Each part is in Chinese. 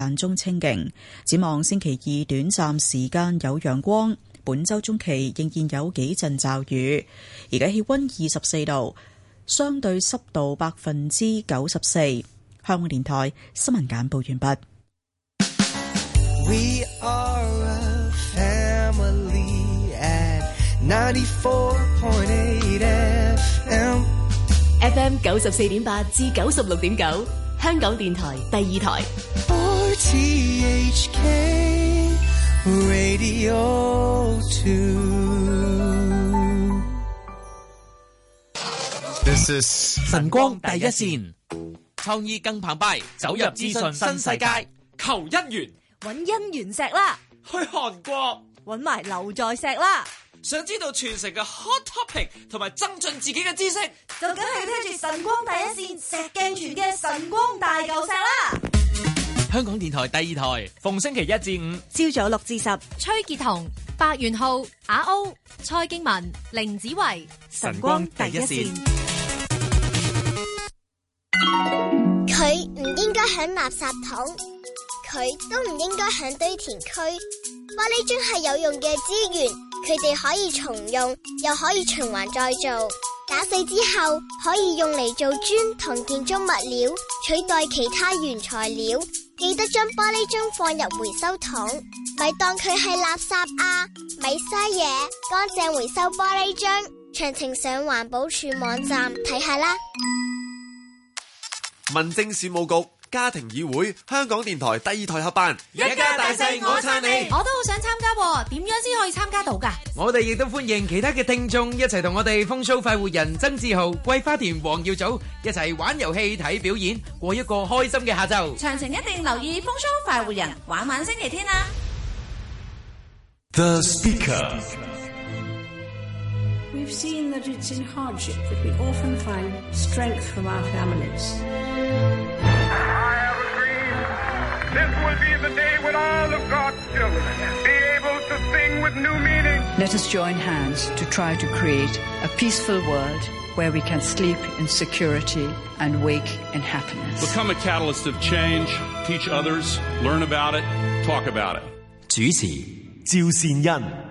間中清勁，展望星期二短暫時間有陽光。本周中期仍然有幾陣驟雨。而家氣溫二十四度，相對濕度百分之九十四。香港電台新聞簡報完畢。 We are a family at 94.8 FM. FM 九十四點八至九十六點九，香港電台第二台。 RTHK Radio 2. This is 晨光第一線，創意更澎湃，走入資訊新世界，求姻緣，揾姻緣石啦，去韓國。揾埋劉在石啦，想知道全城嘅 hot topic 同埋增進自己嘅知識，就梗係聽住晨光第一線石鏡泉嘅晨光大舊石啦。香港電台第二台逢星期一至五朝早六至十，崔潔彤、白元浩、阿歐、蔡敬文、凌子維，晨光第一線。佢唔應該響垃圾桶，佢都唔應該響堆填區。玻璃樽係有用嘅資源，佢哋可以重用，又可以循環再造。打碎之後可以用嚟做磚同建築物料，取代其他原材料。記得將玻璃樽放入回收桶，咪當佢係垃圾啊！咪嘥嘢，乾淨回收玻璃樽。詳情上環保署網站睇下啦。民政事務局家庭議會香港電台第二台合辦，一家大細我撐你我都好想參加喎，點樣先可以參加到㗎？我哋亦都歡迎其他嘅聽眾一齊同我哋風騷快活人曾志豪、桂花田黃耀祖一齊玩遊戲睇表演，過一個開心嘅下晝。詳情一定留意《風騷快活人》，玩玩星期天啦、啊！ The Speaker. We've seen that it's in hardship that we often find strength from our families. This will be the day when all of God's children be able to sing with new meaning. Let us join hands to try to create a peaceful world where we can sleep in security and wake in happiness. Become a catalyst of change, teach others, learn about it, talk about it. 主持趙善恩。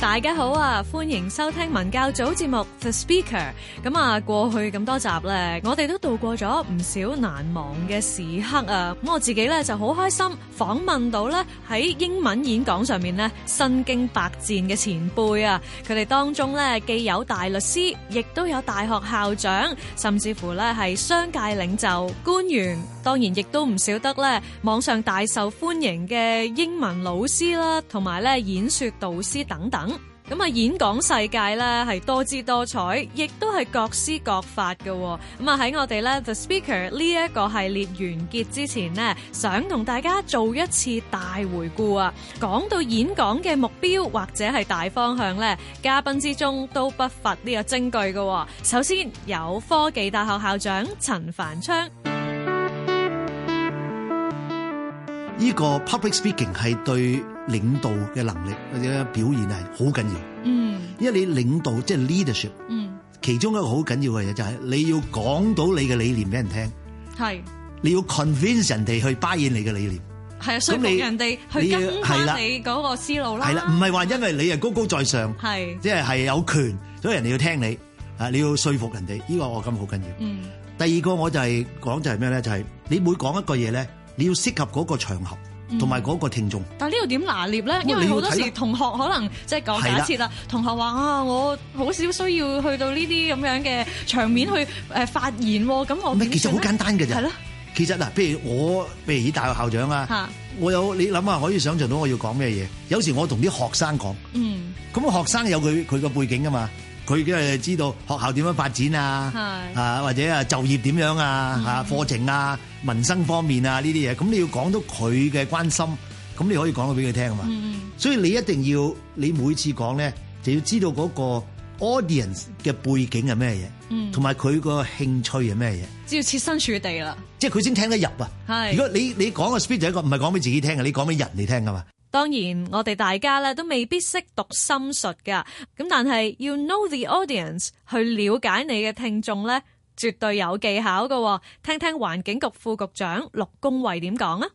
大家好啊，歡迎收聽文教組節目《The Speaker》。咁啊，過去咁多集咧，我哋都度過咗唔少難忘嘅時刻啊。咁我自己咧就好開心訪問到咧喺英文演講上面咧身經百戰嘅前輩啊，佢哋當中咧既有大律師，亦都有大學校長，甚至乎咧係商界領袖、官員，當然亦都唔少得咧網上大受歡迎嘅英文老師啦，同埋咧演說導師等等。咁啊，演講世界咧係多姿多彩，亦都係各施各法嘅。咁啊，喺我哋咧 The Speaker 呢一個系列完結之前呢，想同大家做一次大回顧啊。講到演講嘅目標或者係大方向呢，嘉賓之中都不乏呢個精句嘅。首先有科技大學校長陳繁昌。呢個 public speaking 係對領導嘅能力或者表現係好緊要，嗯因為你領導即係 leadership，嗯，其中一個好緊要嘅嘢就係你要講到你嘅理念俾人聽，係你要 convince 人哋去 buy in 你嘅理念，係啊，說服咁你人哋去你要跟係啦翻你嗰個思路啦，係啦，唔係話因為你係高高在上，啊係即係係有權，所以人哋要聽你，啊，你要說服人哋，呢個我感覺好緊要。嗯第二個我就係講就係咩咧，就係你每講一個嘢咧，你要適合嗰個場合嗯同埋嗰個聽眾。但呢度點拿捏咧？因啊你為要好多睇時啦同學可能即係講係假啦設啦，同學話啊，我好少需要去到呢啲咁樣嘅場面去誒發言喎。咁我唔啊係，其實好簡單嘅係啫咯。其實嗱，譬如我，譬如以大學校長嚇啊，我有你諗下，可以想像到我要講咩嘢。有時我同啲學生講，嗯咁學生有佢佢個背景噶嘛，佢梗係知道學校點樣發展啊，係嗯啊或者啊就業點樣啊，啊課程啊、民生方面啊呢啲嘢，咁你要講到佢嘅關心，咁你可以講到俾佢聽啊嘛。嗯所以你一定要你每次講咧，就要知道嗰個 audience 嘅背景係咩嗯嘢，同埋佢個興趣係咩嘢。只要設身處地啦。即係佢先聽得入啊！係如果你你講個 speech 就係一個唔係講俾自己聽嘅，你講俾人哋聽噶嘛。當然，我哋大家咧都未必識讀心術㗎，咁但係要 know the audience 去了解你嘅聽眾咧，絕對有技巧㗎喎。聽聽環境局副局長陸恭蕙點講啊！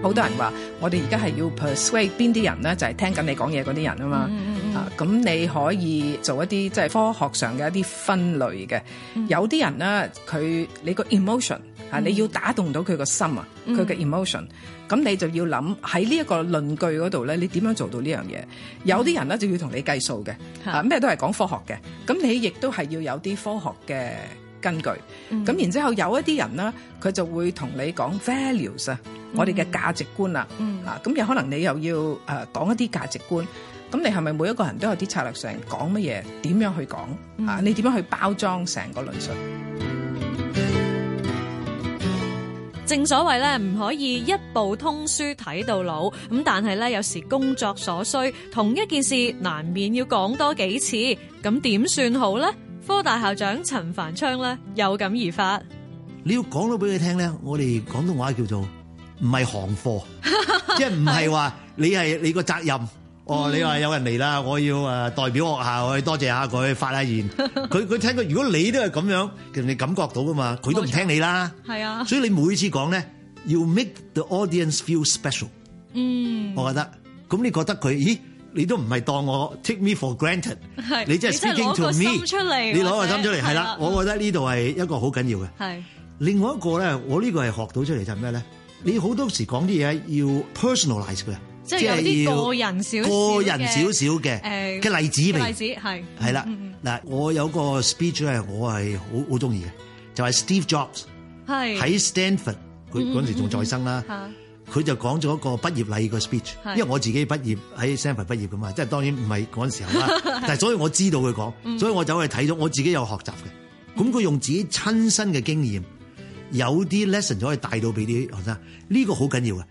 好多人話，我哋而家係要 persuade 邊啲人呢？就係、聽緊你講嘢嗰啲人啊嘛。啊，咁你可以做一啲即係科學上嘅一啲分類嘅。有啲人呢，佢你個 emotion 啊，你要打動到佢個心啊，佢嘅 emotion。咁你就要諗喺呢一個論據嗰度咧，你點樣做到呢樣嘢？有啲人咧就要同你計數嘅，啊咩都係講科學嘅。咁你亦都係要有啲科學嘅根據。咁、嗯然之後有一啲人咧，佢就會同你講 values 啊，我哋嘅價值觀啦。嗯啊，咁有可能你又要誒、呃、講一啲價值觀。咁你係咪每一個人都有啲策略上講乜嘢？點樣去講、啊？你點樣去包裝成個論述？正所謂咧，唔可以一步通書睇到老，咁但係咧，有時工作所需，同一件事難免要講多幾次，咁點算好呢？科大校長陳凡昌咧有感而發，你要講到俾佢聽咧，我哋廣東話叫做唔係行 貨，即係唔係話你係你個責任。嗯哦，你話有人嚟啦，我要誒代表學校去多謝下佢，發下 言。佢佢聽過，如果你都係咁樣，其實你感覺到噶嘛，佢都唔聽你啦。係啊，所以你每次講咧，要 make the audience feel special。嗯，我覺得，咁你覺得佢，咦？你都唔係當我 take me for granted，係你真係你真係 speaking 攞 to 個 me，心出嚟你攞個或者心出嚟，係係啦啦，嗯我覺得呢度係一個好緊要嘅。係另外一個咧，我呢個係學到出嚟就係咩咧？你好多時講啲嘢要 personalize 嘅，即係有啲要個人少少個嘅人少少嘅誒嘅例子嚟。例子係係啦嗯，嗱，我有個 speech 咧，我係好好中意嘅，就係 Steve Jobs 係喺 Stanford，佢嗯嗰陣時仲在生啦。嚇佢就講咗一個畢業禮個 speech，係因為我自己畢業喺 Stanford 畢業噶嘛，即係當然唔係嗰陣時 候啦，但係所以我知道佢嗯講，所以我走去睇咗，我自己有學習嘅。咁佢用自己親身嘅經驗，有啲 lesson 就可以帶到俾啲學生，呢個好緊要嘅。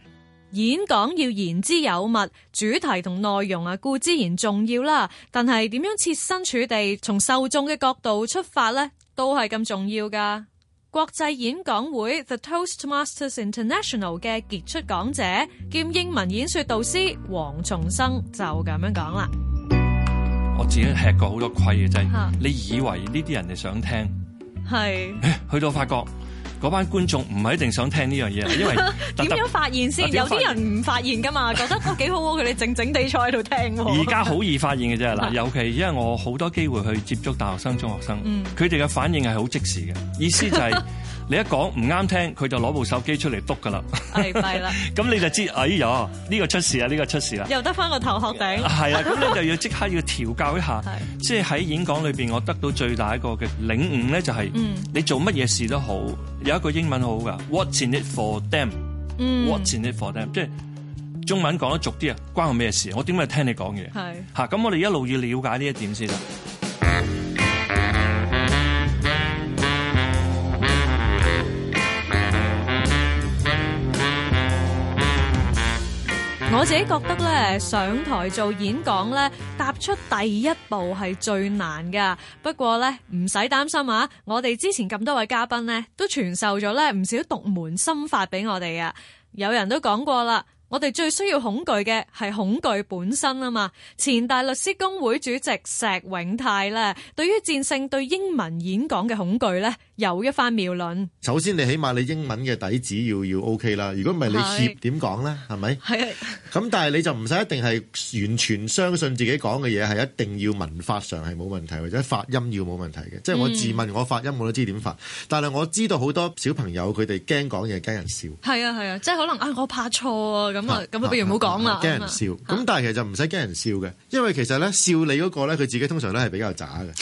演講要言之有物，主題同內容啊固之然重要啦，但係點樣設身處地從受眾嘅角度出發呢，都係咁重要噶。國際演講會 The Toastmasters International 嘅傑出講者兼英文演說導師黃重生就咁樣講啦。我自己吃過好多虧嘅，就係嚇你以為呢啲人哋想聽， 係去到發覺嗰班觀眾唔係一定想聽呢樣 嘢，因為特啊點特樣發現先？特有特啲人唔發現 噶嘛，覺得哇幾好喎，佢哋靜靜地坐喺度聽喎。而家好易發現嘅啫，嚇嗱，尤其因為我好多機會去接觸大學生、中學生嗯，佢哋嘅反應係好即時嘅，意思就 係你一講唔啱聽，佢就攞部手機出嚟篤㗎啦， 係弊啦， 咁你就知，哎呀，呢個出事啊，呢個出事啦。又得翻個頭殼頂。係 啊，咁你就要即刻要調教一下係，即係喺演講裏邊，我得到最大一個嘅領悟咧，就係嗯你做乜嘢事都好，有一個英文好好噶，What's in it for them？What's 嗯 in it for them？即係中文講得俗啲啊，關我咩事？我點解要聽你講嘢？係嚇，咁我哋一路要了解呢一點先啦。我自己覺得咧，上台做演講咧，踏出第一步係最難噶。不過咧，唔使擔心啊！我哋之前咁多位嘉賓咧，都傳授咗咧唔少獨門心法俾我哋啊。有人都講過啦，我哋最需要恐懼嘅係恐懼本身啊嘛。前大律師公會主席石永泰咧，對於戰勝對英文演講嘅恐懼咧，有一番妙論。首先你起碼你英文嘅底子要要 OK 啦，如果唔係你怯係點講咧？係咪？係咁但係你就唔使一定係完全相信自己講嘅嘢係一定要文法上係冇問題，或者發音要冇問題嘅。即係我嗯自問我發音我都知點發，但係我知道好多小朋友佢哋驚講嘢驚人笑。係啊係啊，即係可能啊，我怕錯啊，咁啊，咁啊，不如唔好講啦。驚人咁啊笑，咁但係其實就唔使驚人笑嘅，因為其實咧笑你嗰個咧佢自己通常都係比較渣嘅。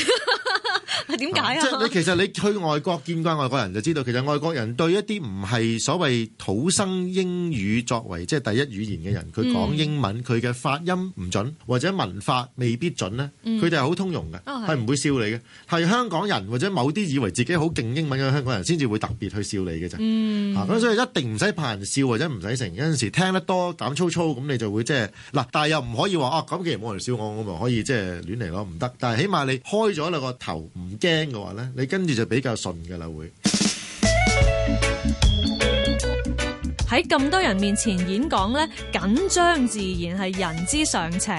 點解啊？即係你其實你去外國見慣外國人就知道，其實外國人對一啲唔係所謂土生英語作為即係第一語言嘅人，佢講嗯英文佢嘅發音唔準或者文法未必準咧，嗯佢哋係好通融嘅，哦係係唔會笑你嘅。係香港人或者某啲以為自己好勁英文嘅香港人先至會特別去笑你嘅啫。嗯啊咁所以一定唔使怕人笑或者唔使成，有陣時聽得多膽粗粗咁你就會即係嗱，但係又唔可以話啊咁其實冇人笑我，我咪可以即係亂嚟咯，唔得。但係起碼你開咗你個頭唔驚嘅話咧，你跟住就比較順嘅啦會。喺咁多人面前演講咧，緊張自然係人之常情。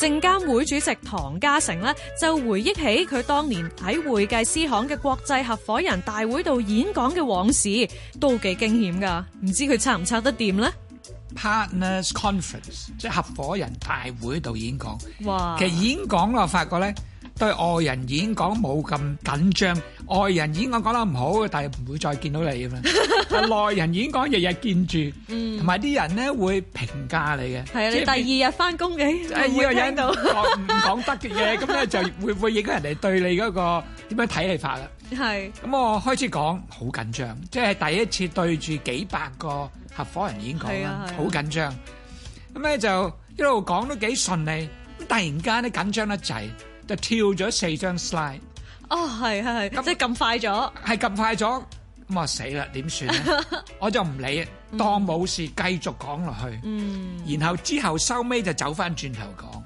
證監會主席唐家成咧就回憶起佢當年喺會計師行嘅國際合夥人大會度演講嘅往事，都幾驚險㗎。唔知佢拆唔拆得掂呢？ Partners Conference，即係合伙人大會度演講。哇！其實演講我發覺咧，對外人演講冇咁緊張。外人演講講得唔好，但係唔會再見到你 啊嘛。但內人演講日日見住，嗯同埋啲人咧會評價你嘅。係啊，即係你第二日翻工 嘅，誒呢個會人聽到講唔講得嘅嘢，咁咧就會會影響人哋對你嗰個點樣睇你法啦。 係咁我開始講好緊張，即係第一次對住幾百個合夥人演講係啦啊係啊，好緊張。咁咧就一路講都幾順利，咁突然間咧緊張得滯，就跳咗四張 slide，哦，係係係，即係咁快咗。係咁快咗，咁我死啦點算咧？我就唔理，當冇事繼續講落去。嗯，然後之後收尾就走翻轉頭講。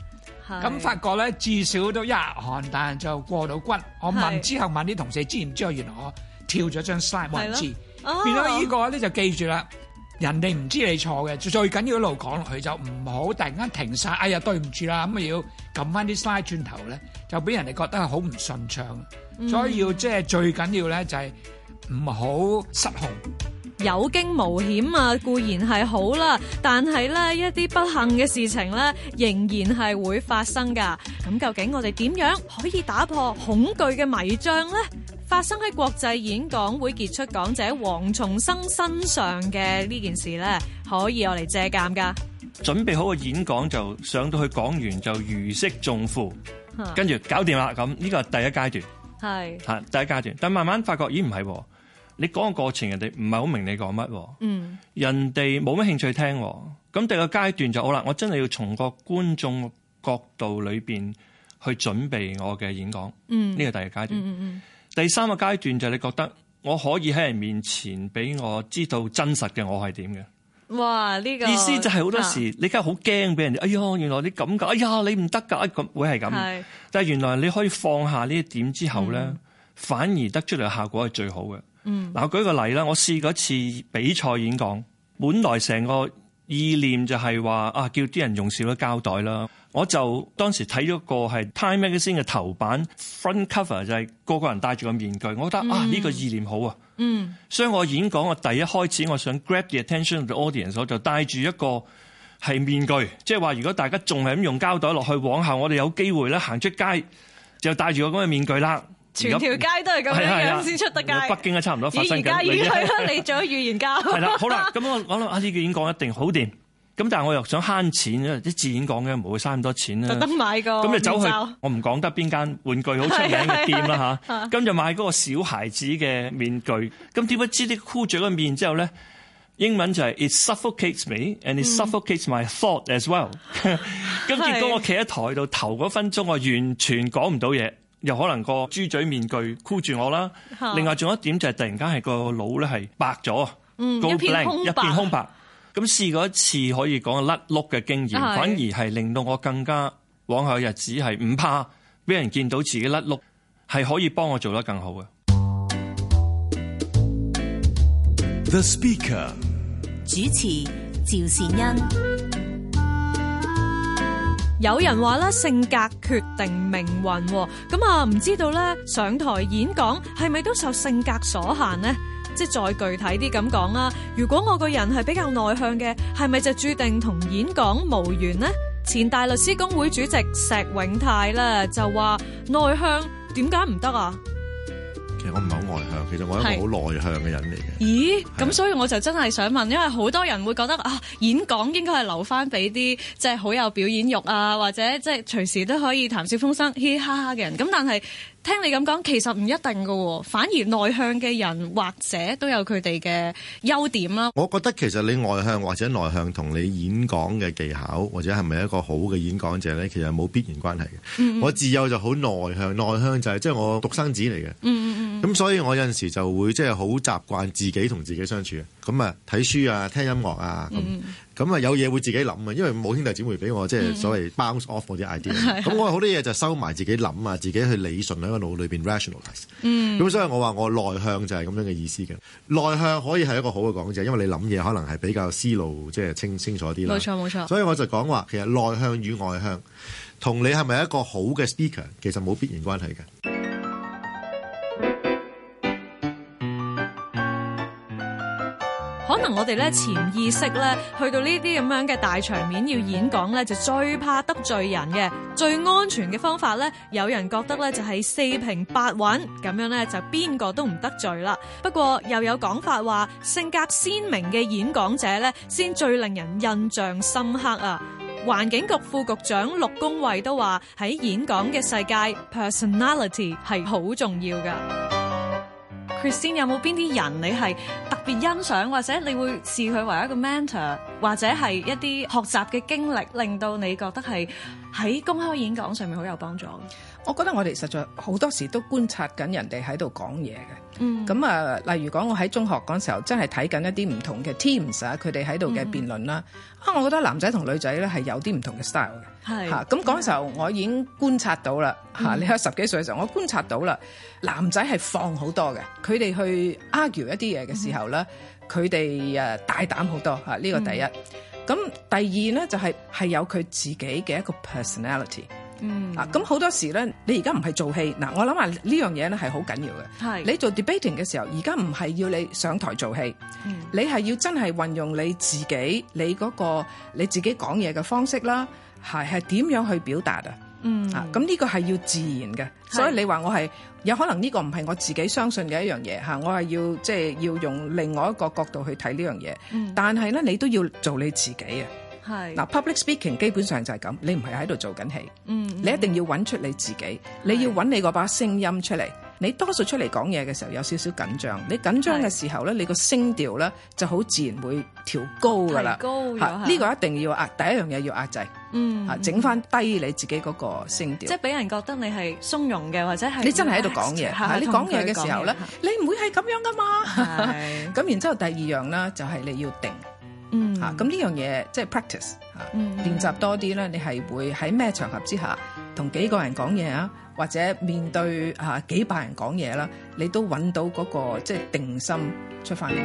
係咁發覺咧，至少都一汗，但係就過到骨。我係問之後問啲同事知唔知啊道，原來我跳咗張 slide 冇人知，係咯哦變咗呢個咧就記住啦。人哋唔知你錯嘅，最緊要一路講落去就唔好突然間停晒。哎呀，對唔住啦，咁啊要撳翻啲 slide 轉頭咧，就俾人哋覺得係好唔順嗯暢。所以要即係最緊要咧就係唔好失控。有驚無險啊，固然係好啦，但係呢，一啲不幸嘅事情呢，仍然係會發生㗎。咁究竟我哋點樣可以打破恐懼嘅迷障呢？發生喺國際演講會傑出講者黃松生身上嘅呢件事呢，可以我嚟借鑑㗎。準備好個演講就上到去講完就如釋重負，跟住搞掂啦。咁呢個係第一階段。係，嚇啊第一階段，但慢慢發覺咦唔係喎，你講個過程人哋唔係好明你講乜喎，嗯，人哋冇乜興趣聽喎，咁第二個階段就好啦，我真係要從個觀眾角度裏邊去準備我嘅演講，嗯呢個第二階段。嗯嗯第三個階段就係你覺得我可以喺人面前俾我知道真實嘅我係點嘅。嗯，哇！呢、個啊意思就係好多時，你梗係好驚俾人哋，哎呀，原來你咁噶，哎呀，你唔得噶，哎咁會係係咁。但係原來你可以放下呢一點之後咧，反而得出嚟嘅效果係最好嘅。嗯嗱，我舉個例啦，我試過一次比賽演講，本來成個意念就係話啊，叫啲人用少咗膠袋啦。我就當時睇咗個係 Time Magazine 嘅頭版 front cover 就係個個人戴住個面具，我覺得、啊嗯呢個意念好啊。嗯所以我演講我第一開始，我想 grab the attention of the audience，我就戴住一個係面具，即係話如果大家仲係咁用膠袋落去，往後我哋有機會咧行出街就戴住個咁嘅面具啦。全條街都係咁樣係啊係樣啊先出得街北京啊，差唔多發咦生而緊家已經類係啦，似你 做咗預言家。 係啦，好啦，咁我我諗啊呢個演講一定好掂，咁但係我又想慳錢啊，啲自演講嘅唔會嘥咁多錢啊啦。 特登買個咁就走去面罩，啊我唔講得邊間玩具好出名嘅店啦係係吓，係咁就買嗰個小孩子嘅面具。咁點不知呢箍住個面之後咧？英文就係 it suffocates me and it 嗯 suffocates my thought as well。咁結果我企喺台度頭嗰分鐘，我完全講唔到嘢，又可能個豬嘴面具箍住我啦嚇。另外仲有一點就係突然間係個腦咧係白咗啊，嗯 go 一片 blank，空白一片空白。咁試過一次可以講甩碌嘅經驗，係反而係令到我更加往後日子係唔怕俾人見到自己甩碌，係可以幫我做得更好嘅。 The Speaker 主持趙善恩。有人話咧，性格決定命運喎，咁啊唔知道咧上台演講係咪都受性格所限呢？即係再具體啲咁講啦，如果我個人係比較內向嘅，係咪就注定同演講無緣呢？前大律師公會主席石永泰咧就話內向點解唔得啊？其實我唔係好外向，其實我係一個好內向嘅人嚟嘅。咦，咁所以我就真係想問，因為好多人會覺得啊，演講應該係留翻俾啲即係好有表演欲啊，或者即係隨時都可以談笑風生、嘻嘻哈哈嘅人。咁但係聽你咁講，其實唔一定㗎喎，反而內向嘅人或者都有佢哋嘅優點啦。我覺得其實你外向或者內向同你演講嘅技巧，或者係咪一個好嘅演講者呢，其實冇必然關係嘅。嗯嗯我自幼就好內向，內向就係即係我獨生子嚟嘅。嗯嗯嗯咁、咁所以我有陣時就會即係好習慣自己同自己相處，咁啊睇書啊、聽音樂啊，咁嗯咁啊有嘢會自己諗啊，因為冇兄弟姊妹俾我即係嗯所謂 bounce off 嗰啲 idea，係咁我好多嘢就收埋自己諗啊，自己去理順喺個腦裏邊 rationalize。嗯咁所以我話我內向就係咁樣嘅意思嘅，內向可以係一個好嘅講者，因為你諗嘢可能係比較思路即係清清楚啲啦。冇錯冇錯所以我就講話其實內向與外向同你係咪一個好嘅 speaker 其實冇必然關係嘅。可能我哋咧潛意識咧，去到呢啲咁樣嘅大場面要演講咧，就最怕得罪人嘅。最安全嘅方法咧，有人覺得咧就係四平八穩咁樣咧，就邊個都唔得罪啦。不過又有講法話，性格鮮明嘅演講者咧，先最令人印象深刻啊！環境局副局長陸恭蕙都話喺演講嘅世界，personality 係好重要㗎。Christine 有冇邊啲人你係特別欣賞，或者你會視佢為一個 mentor，或者係一啲學習嘅經歷，令到你覺得係喺公開演講上面好有幫助？我覺得我哋實在好多時都觀察緊人哋喺度講嘢嘅。嗯咁啊，例如講我喺中學嗰陣時候，真係睇緊一啲唔同嘅 teams 啊，佢哋喺度嘅辯論啦。啊，我覺得男仔同女仔咧係有啲唔同嘅 style 嘅。係嚇咁嗰陣時候，我已經觀察到啦嚇。嗯你喺十幾歲嘅時候，我觀察到啦，男仔係放好多嘅，佢哋去 argue 一啲嘢嘅嗯時候咧，佢哋誒大膽好多嚇。呢個第一。嗯咁第二咧就係係有佢自己嘅一個 personality。嗯啊，咁好多時咧，你而家唔係做戲嗱，我諗下呢樣嘢咧係好緊要嘅。係你做 debating 嘅時候，而家唔係要你上台做戲，你係要真係運用你自己，你嗰、個你自己講嘢嘅方式啦，係係點樣去表達啊？嗯啊，咁呢個係要自然嘅，所以你話我係有可能呢個唔係我自己相信嘅一樣嘢嚇，我係要即係、要用另外一個角度去睇呢樣嘢，嗯但係咧你都要做你自己啊！係嗱，public speaking 基本上就係咁，你唔係喺度做緊戲，嗯你一定要揾出你自己，你要揾你嗰把聲音出嚟。你多數出嚟講嘢嘅時候有少少緊張，你緊張嘅時候咧，你個聲調咧就好自然會調高噶啦。提高咗嚇嚇呢個一定要壓，第一樣嘢要壓制，嗯嚇整翻低你自己嗰個聲調。即係俾人覺得你係鬆容嘅，或者係你真係喺度講嘢，係嚇你講嘢嘅時候咧，同佢講嘢你唔會係咁樣噶嘛。咁然之後第二樣啦，就係你要定。嗯嚇，咁呢樣嘢即係 practice 嚇，嗯練習多啲咧，你係會喺咩場合之下同幾個人講嘢啊，或者面對嚇幾百人講嘢啦，你都揾到嗰個即係定心出翻嚟。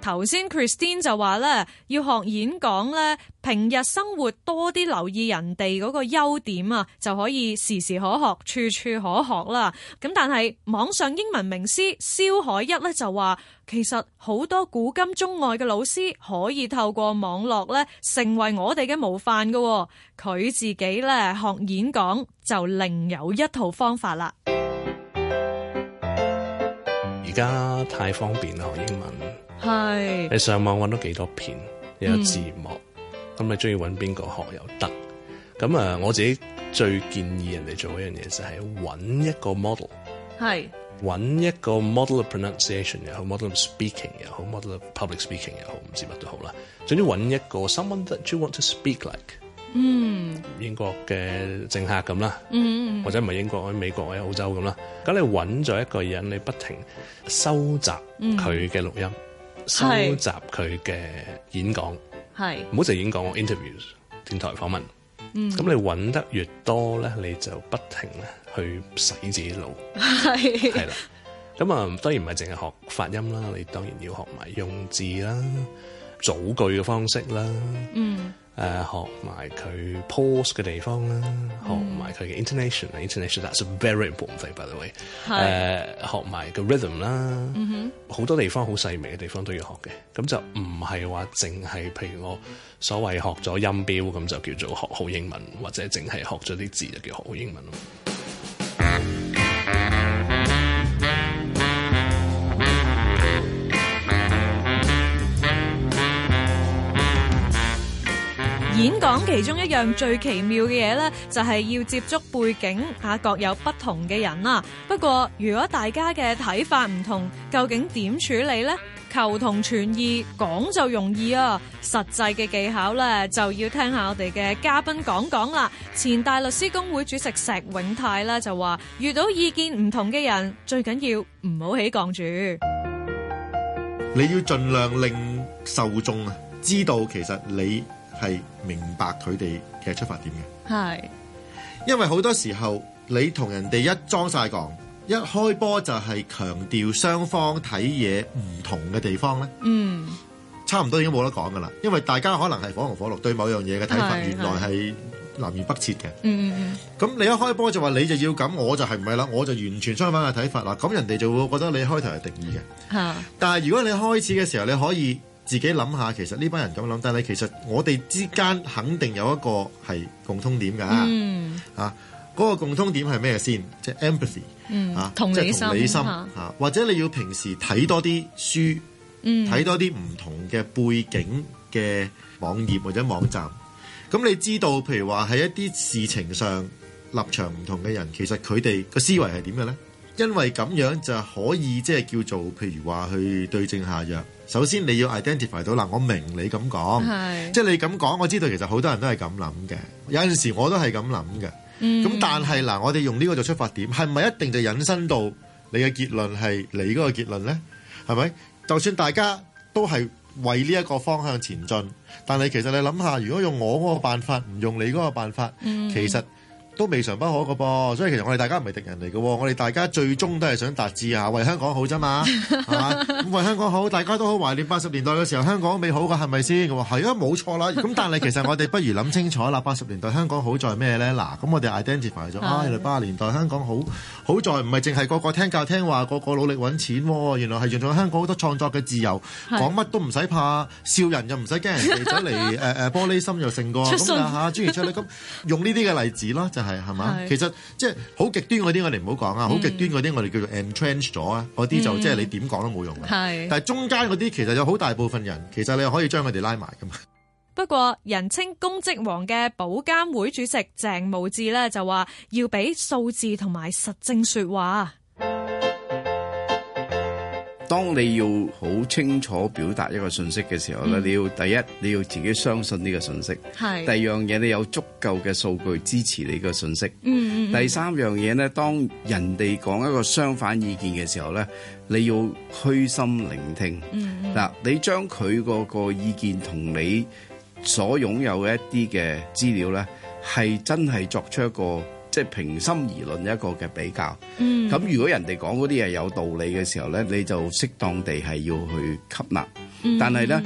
頭先 Christine 就話咧，要學演講咧，平日生活多啲留意人哋嗰個優點啊，就可以時時可學，處處可學啦。咁但係網上英文名師蕭海一咧就話，其實好多古今中外嘅老師可以透過網絡咧，成為我哋嘅模範㗎喎。佢自己咧學演講就另有一套方法啦。而家太方便啦，學英文。係你上網揾到幾多片，又有嗯字幕，咁、你中意揾邊個學又得。咁啊，我自己最建議人哋做一樣嘢就係揾一個 model，係揾一個 model of pronunciation 又好，model of speaking 又好，model of public speaking 又好，唔知乜都好啦。總之揾一個 someone that you want to speak like 嗯英國嘅政客咁啦。嗯或者唔係英國，喺美國，喺澳洲咁啦。咁你揾咗一個人，你不停收集嗯佢嘅錄音，收係集佢嘅演講，係唔好就演講我 interviews 電台訪問。嗯咁你揾得越多咧，你就不停咧去洗自己腦。 係係啦。咁啊，當然唔係淨係學發音啦，你當然要學埋用字啦、組句嘅方式啦。嗯。誒、學埋佢 pause 嘅地方啦，學嗯埋佢嘅 intonation 啊，intonation，that's a very important thing by the way。誒、係學埋個 rhythm 啦，嗯好、多地方好細微嘅地方都要學嘅，咁就唔係話淨係譬如我所謂學咗音標咁就叫做學好英文，或者淨係學咗啲字就叫學好英文咯。嗯演演講其中一樣最奇妙嘅嘢呢，就係要接觸背景嚇各有不同嘅人啦。不過如果大家嘅睇法唔同，究竟點處理呢？求同存異，講就容易啊！實際嘅技巧呢，就要聽下我哋嘅嘉賓講講啦。前大律師公會主席石永泰呢，就話：遇到意見唔同嘅人，最緊要唔好起槓住。你要盡量令受眾啊知道其實你係明白佢哋嘅出發點嘅，係因為好多時候你同人哋一裝晒講，一開波就係強調雙方睇嘢唔同嘅地方咧，嗯差唔多已經冇得講噶啦，因為大家可能係火紅火綠，對某樣嘢嘅睇法係原來係南轅北轍嘅。嗯咁你一開波就話你就要咁，我就係唔係啦，我就完全相反嘅睇法啦。咁人哋就會覺得你開頭係敵意嘅。嚇但係如果你開始嘅時候，你可以自己諗下，其實呢班人咁諗，但係其實我哋之間肯定有一個係共通點㗎。嗯啊，嗰、個共通點係咩先？即係 empathy 嗯啊，同即係理心同理心嚇啊，或者你要平時睇多啲書，嗯睇多啲唔同嘅背景嘅網頁或者網站，咁你知道譬如話喺一啲事情上立場唔同嘅人，其實佢哋個思維係點嘅呢？因為咁樣就可以即係叫做譬如話去對症下藥。首先你要 identify 到嗱，我明你咁係講，即係你咁講，我知道其實好多人都係咁諗嘅，有陣時我都係咁諗嘅。嗯咁但係嗱，我哋用呢個做出發點，係咪一定就引申到你嘅結論係你嗰個結論呢？係咪？就算大家都係為呢一個方向前進，但係其實你諗下，如果用我嗰個辦法，唔用你嗰個辦法，嗯其實都未嘗不可嘅噃。所以其實我哋大家唔係敵人嚟嘅喎，我哋大家最終都係想達至啊，為香港好啫 嘛，係嘛？咁為香港好，大家都好懷念八十年代嘅時候香港美好嘅係咪先？我話係啊，冇錯啦。 咁但係其實我哋不如諗清楚啦，八十年代香港好在咩呢？嗱，咁我哋 identify 咗，啊，係原來八十年代香港好好在唔係淨係個個聽教聽話，個個努力揾錢喎，原來係仲有香港好多創作嘅自由，係講乜都唔使怕，笑人又唔使驚人哋走嚟誒誒玻璃心又成個出咁信啊嚇，諸如此 類咁，用呢啲嘅例子啦，就係係嘛係，其實即係好極端嗰啲我哋唔好講啊，好嗯極端嗰啲我哋叫做 entrench 咗啊，嗰啲就嗯即係你點講都冇用嘅。啊係但係中間嗰啲其實有好大部分人，其實你可以將佢哋拉埋噶嘛。不過，人稱公職王嘅保監會主席鄭慕智呢，就話要俾數字同埋實證説話。當你要好清楚表達一個信息嘅時候咧，嗯你要第一你要自己相信呢個信息，係第二樣嘢你有足夠嘅數據支持你個信息，嗯嗯嗯第三樣嘢咧，當人哋講一個相反意見嘅時候咧，你要虛心聆聽。嗯嗯嗱，你將佢個個意見同你所擁有嘅一啲嘅資料咧，係真係作出一個即係平心而論一個嘅比較。嗯咁如果人哋講嗰啲嘢有道理嘅時候咧，你就適當地係要去吸納。嗯但係咧，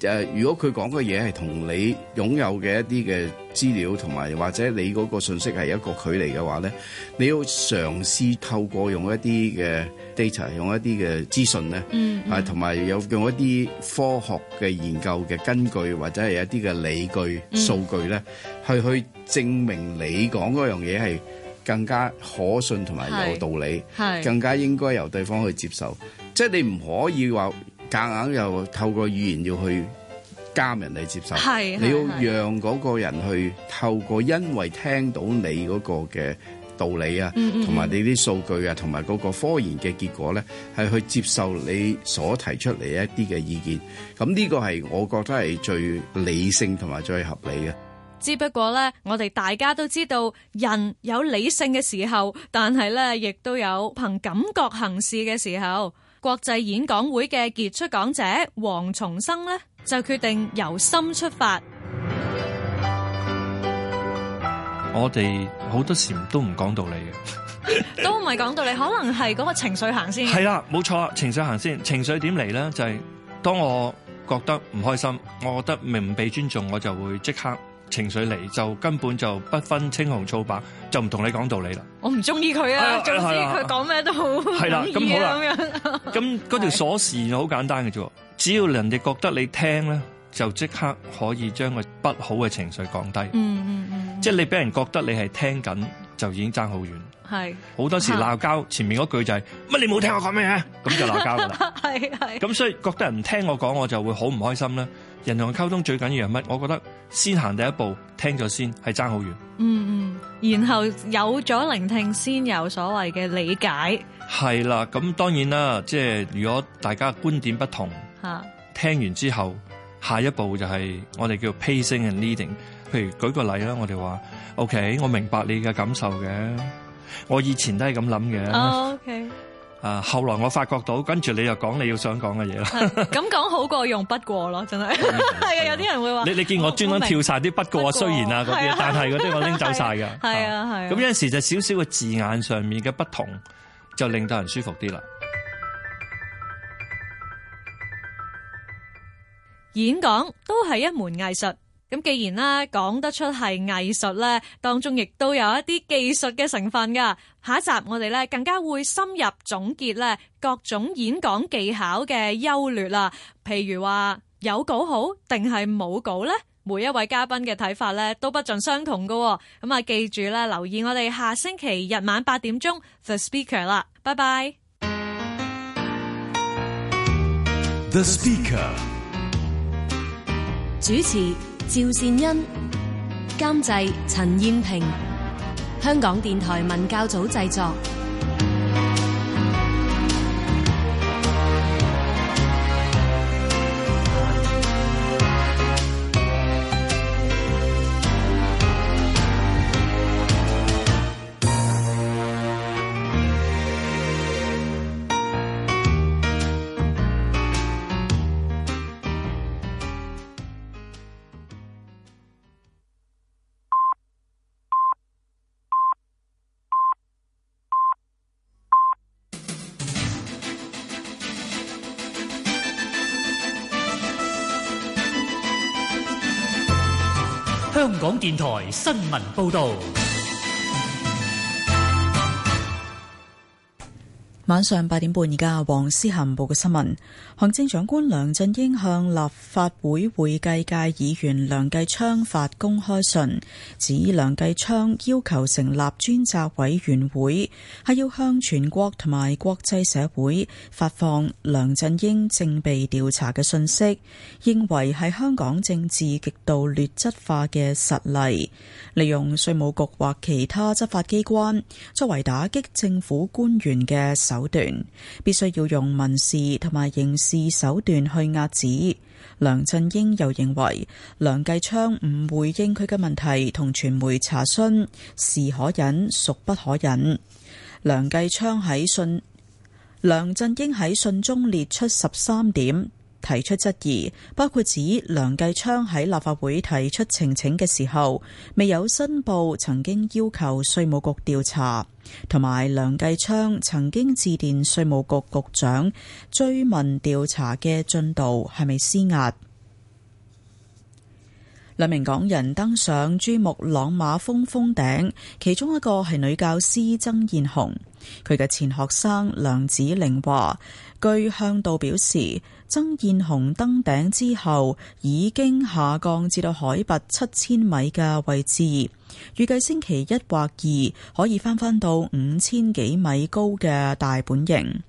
誒、如果佢講嘅嘢係同你擁有嘅一啲嘅資料同埋或者你嗰個信息係一個距離嘅話咧，你要嘗試透過用一啲嘅 data，用一啲嘅資訊咧，嗯嗯啊同埋有用一啲科學嘅研究嘅根據或者係一啲嘅理據嗯數據咧，去去證明你講嗰樣嘢係更加可信同埋有係道理係，更加應該由對方去接受。即係你唔可以話夾硬又透過語言要去監人哋接受，係你係係要讓嗰個人去透過因為聽到你嗰個嘅道理啊，嗯嗯同埋你啲數據啊，同埋嗰個科研嘅結果咧，係去接受你所提出嚟一啲嘅意見。咁呢個係我覺得係最理性同埋最合理嘅。只不過呢，我哋大家都知道，人有理性嘅時候，但係呢亦都有憑感覺行事嘅時候。國際演講會嘅傑出講者黃重生呢，就決定由心 出發。我哋好多時都唔講道理嘅。都唔係講道理，可能係嗰個情緒行先。係啦，冇錯，情緒行先。情緒點嚟呢？就係、當我覺得唔開心，我覺得明唔被尊重，我就會即刻情緒嚟，就根本就不分青紅皂白，就唔同你講道理啦。我唔中意佢啊，係總之係啊佢講咩都好係啦咁唔好意啊啦咁樣。咁嗰條鎖匙好簡單嘅啫喎，只要人哋覺得你聽呢，就即刻可以將個不好嘅情緒降低。嗯嗯嗯，即係你俾人覺得你係聽緊，就已經爭好遠。係好多時鬧交，前面嗰句就係、乜你冇 聽我講咩啊？咁就鬧交㗎啦。 係係咁所以覺得人唔聽我講，我就會好唔開心啦。人同人溝通最緊要係乜？我覺得先行第一步，聽咗先係爭好遠。嗯嗯，然後有咗聆聽先有所謂嘅理解係啦，咁當然啦，即係如果大家觀點不同， 嚇，聽完之後，下一步就係我哋叫 pacing and leading。譬如舉個例啦，我哋話：OK，我明白你嘅感受嘅，我以前都係咁諗嘅。哦，OK，啊，後來我發覺到，跟住你又講你要想講嘅嘢啦。咁講好過用不過咯，真係 係啊！有啲人會話嗯 你你見我專登跳晒啲不過啊、雖然啊嗰係啲啊，但係嗰啲我拎走晒㗎。 係啊係啊，咁有陣時就少少嘅字眼上面嘅不同，就令到人舒服啲啦。演講都係一門藝術。咁既然啦講得出係藝術咧，當中亦都有一啲技術嘅成分噶。下一集我哋咧更加會深入總結咧各種演講技巧嘅優劣啦，譬如話有稿好定係冇稿呢？每一位嘉賓嘅睇法咧都不盡相同噶。咁啊，記住啦，留意我哋下星期日晚八點鐘 The Speaker 啦，拜拜。 The Speaker. 主持趙善恩，監製陳燕萍，香港電台文教組製作。香港電台新聞報導，晚上八點半，而家黃思涵報嘅新聞。行政長官梁振英向立法會會計界議員梁繼昌發公開信，指梁繼昌要求成立專責委員會，係要向全國同埋國際社會發放梁振英正被調查嘅信息，認為係香港政治極度劣質化嘅實例，利用稅務局或其他執法機關作為打擊政府官員嘅手段，必須要用民事同埋刑事手段去壓止。梁振英又認為梁繼昌唔回應佢嘅問題同傳媒查詢是可忍，孰不可忍。梁繼昌喺信梁振英喺信中列出十三點，提出質疑，包括指梁繼昌喺立法會提出呈請嘅時候，未有申報曾經要求稅務局調查，同埋梁繼昌曾經致電稅務局局長追問調查嘅進度係咪施壓。兩名港人登上珠穆朗瑪峰峰頂，其中一個係女教師曾燕紅。佢嘅前學生梁子玲話，據向導表示，曾燕紅登頂之後已經下降至到海拔七千米嘅位置，預計星期一或二可以翻返到五千幾米高嘅大本營。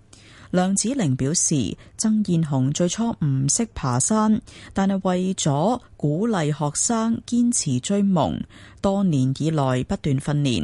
梁子玲表示，曾燕紅最初唔識爬山，但係為咗鼓勵學生堅持追夢，多年以來不斷訓練。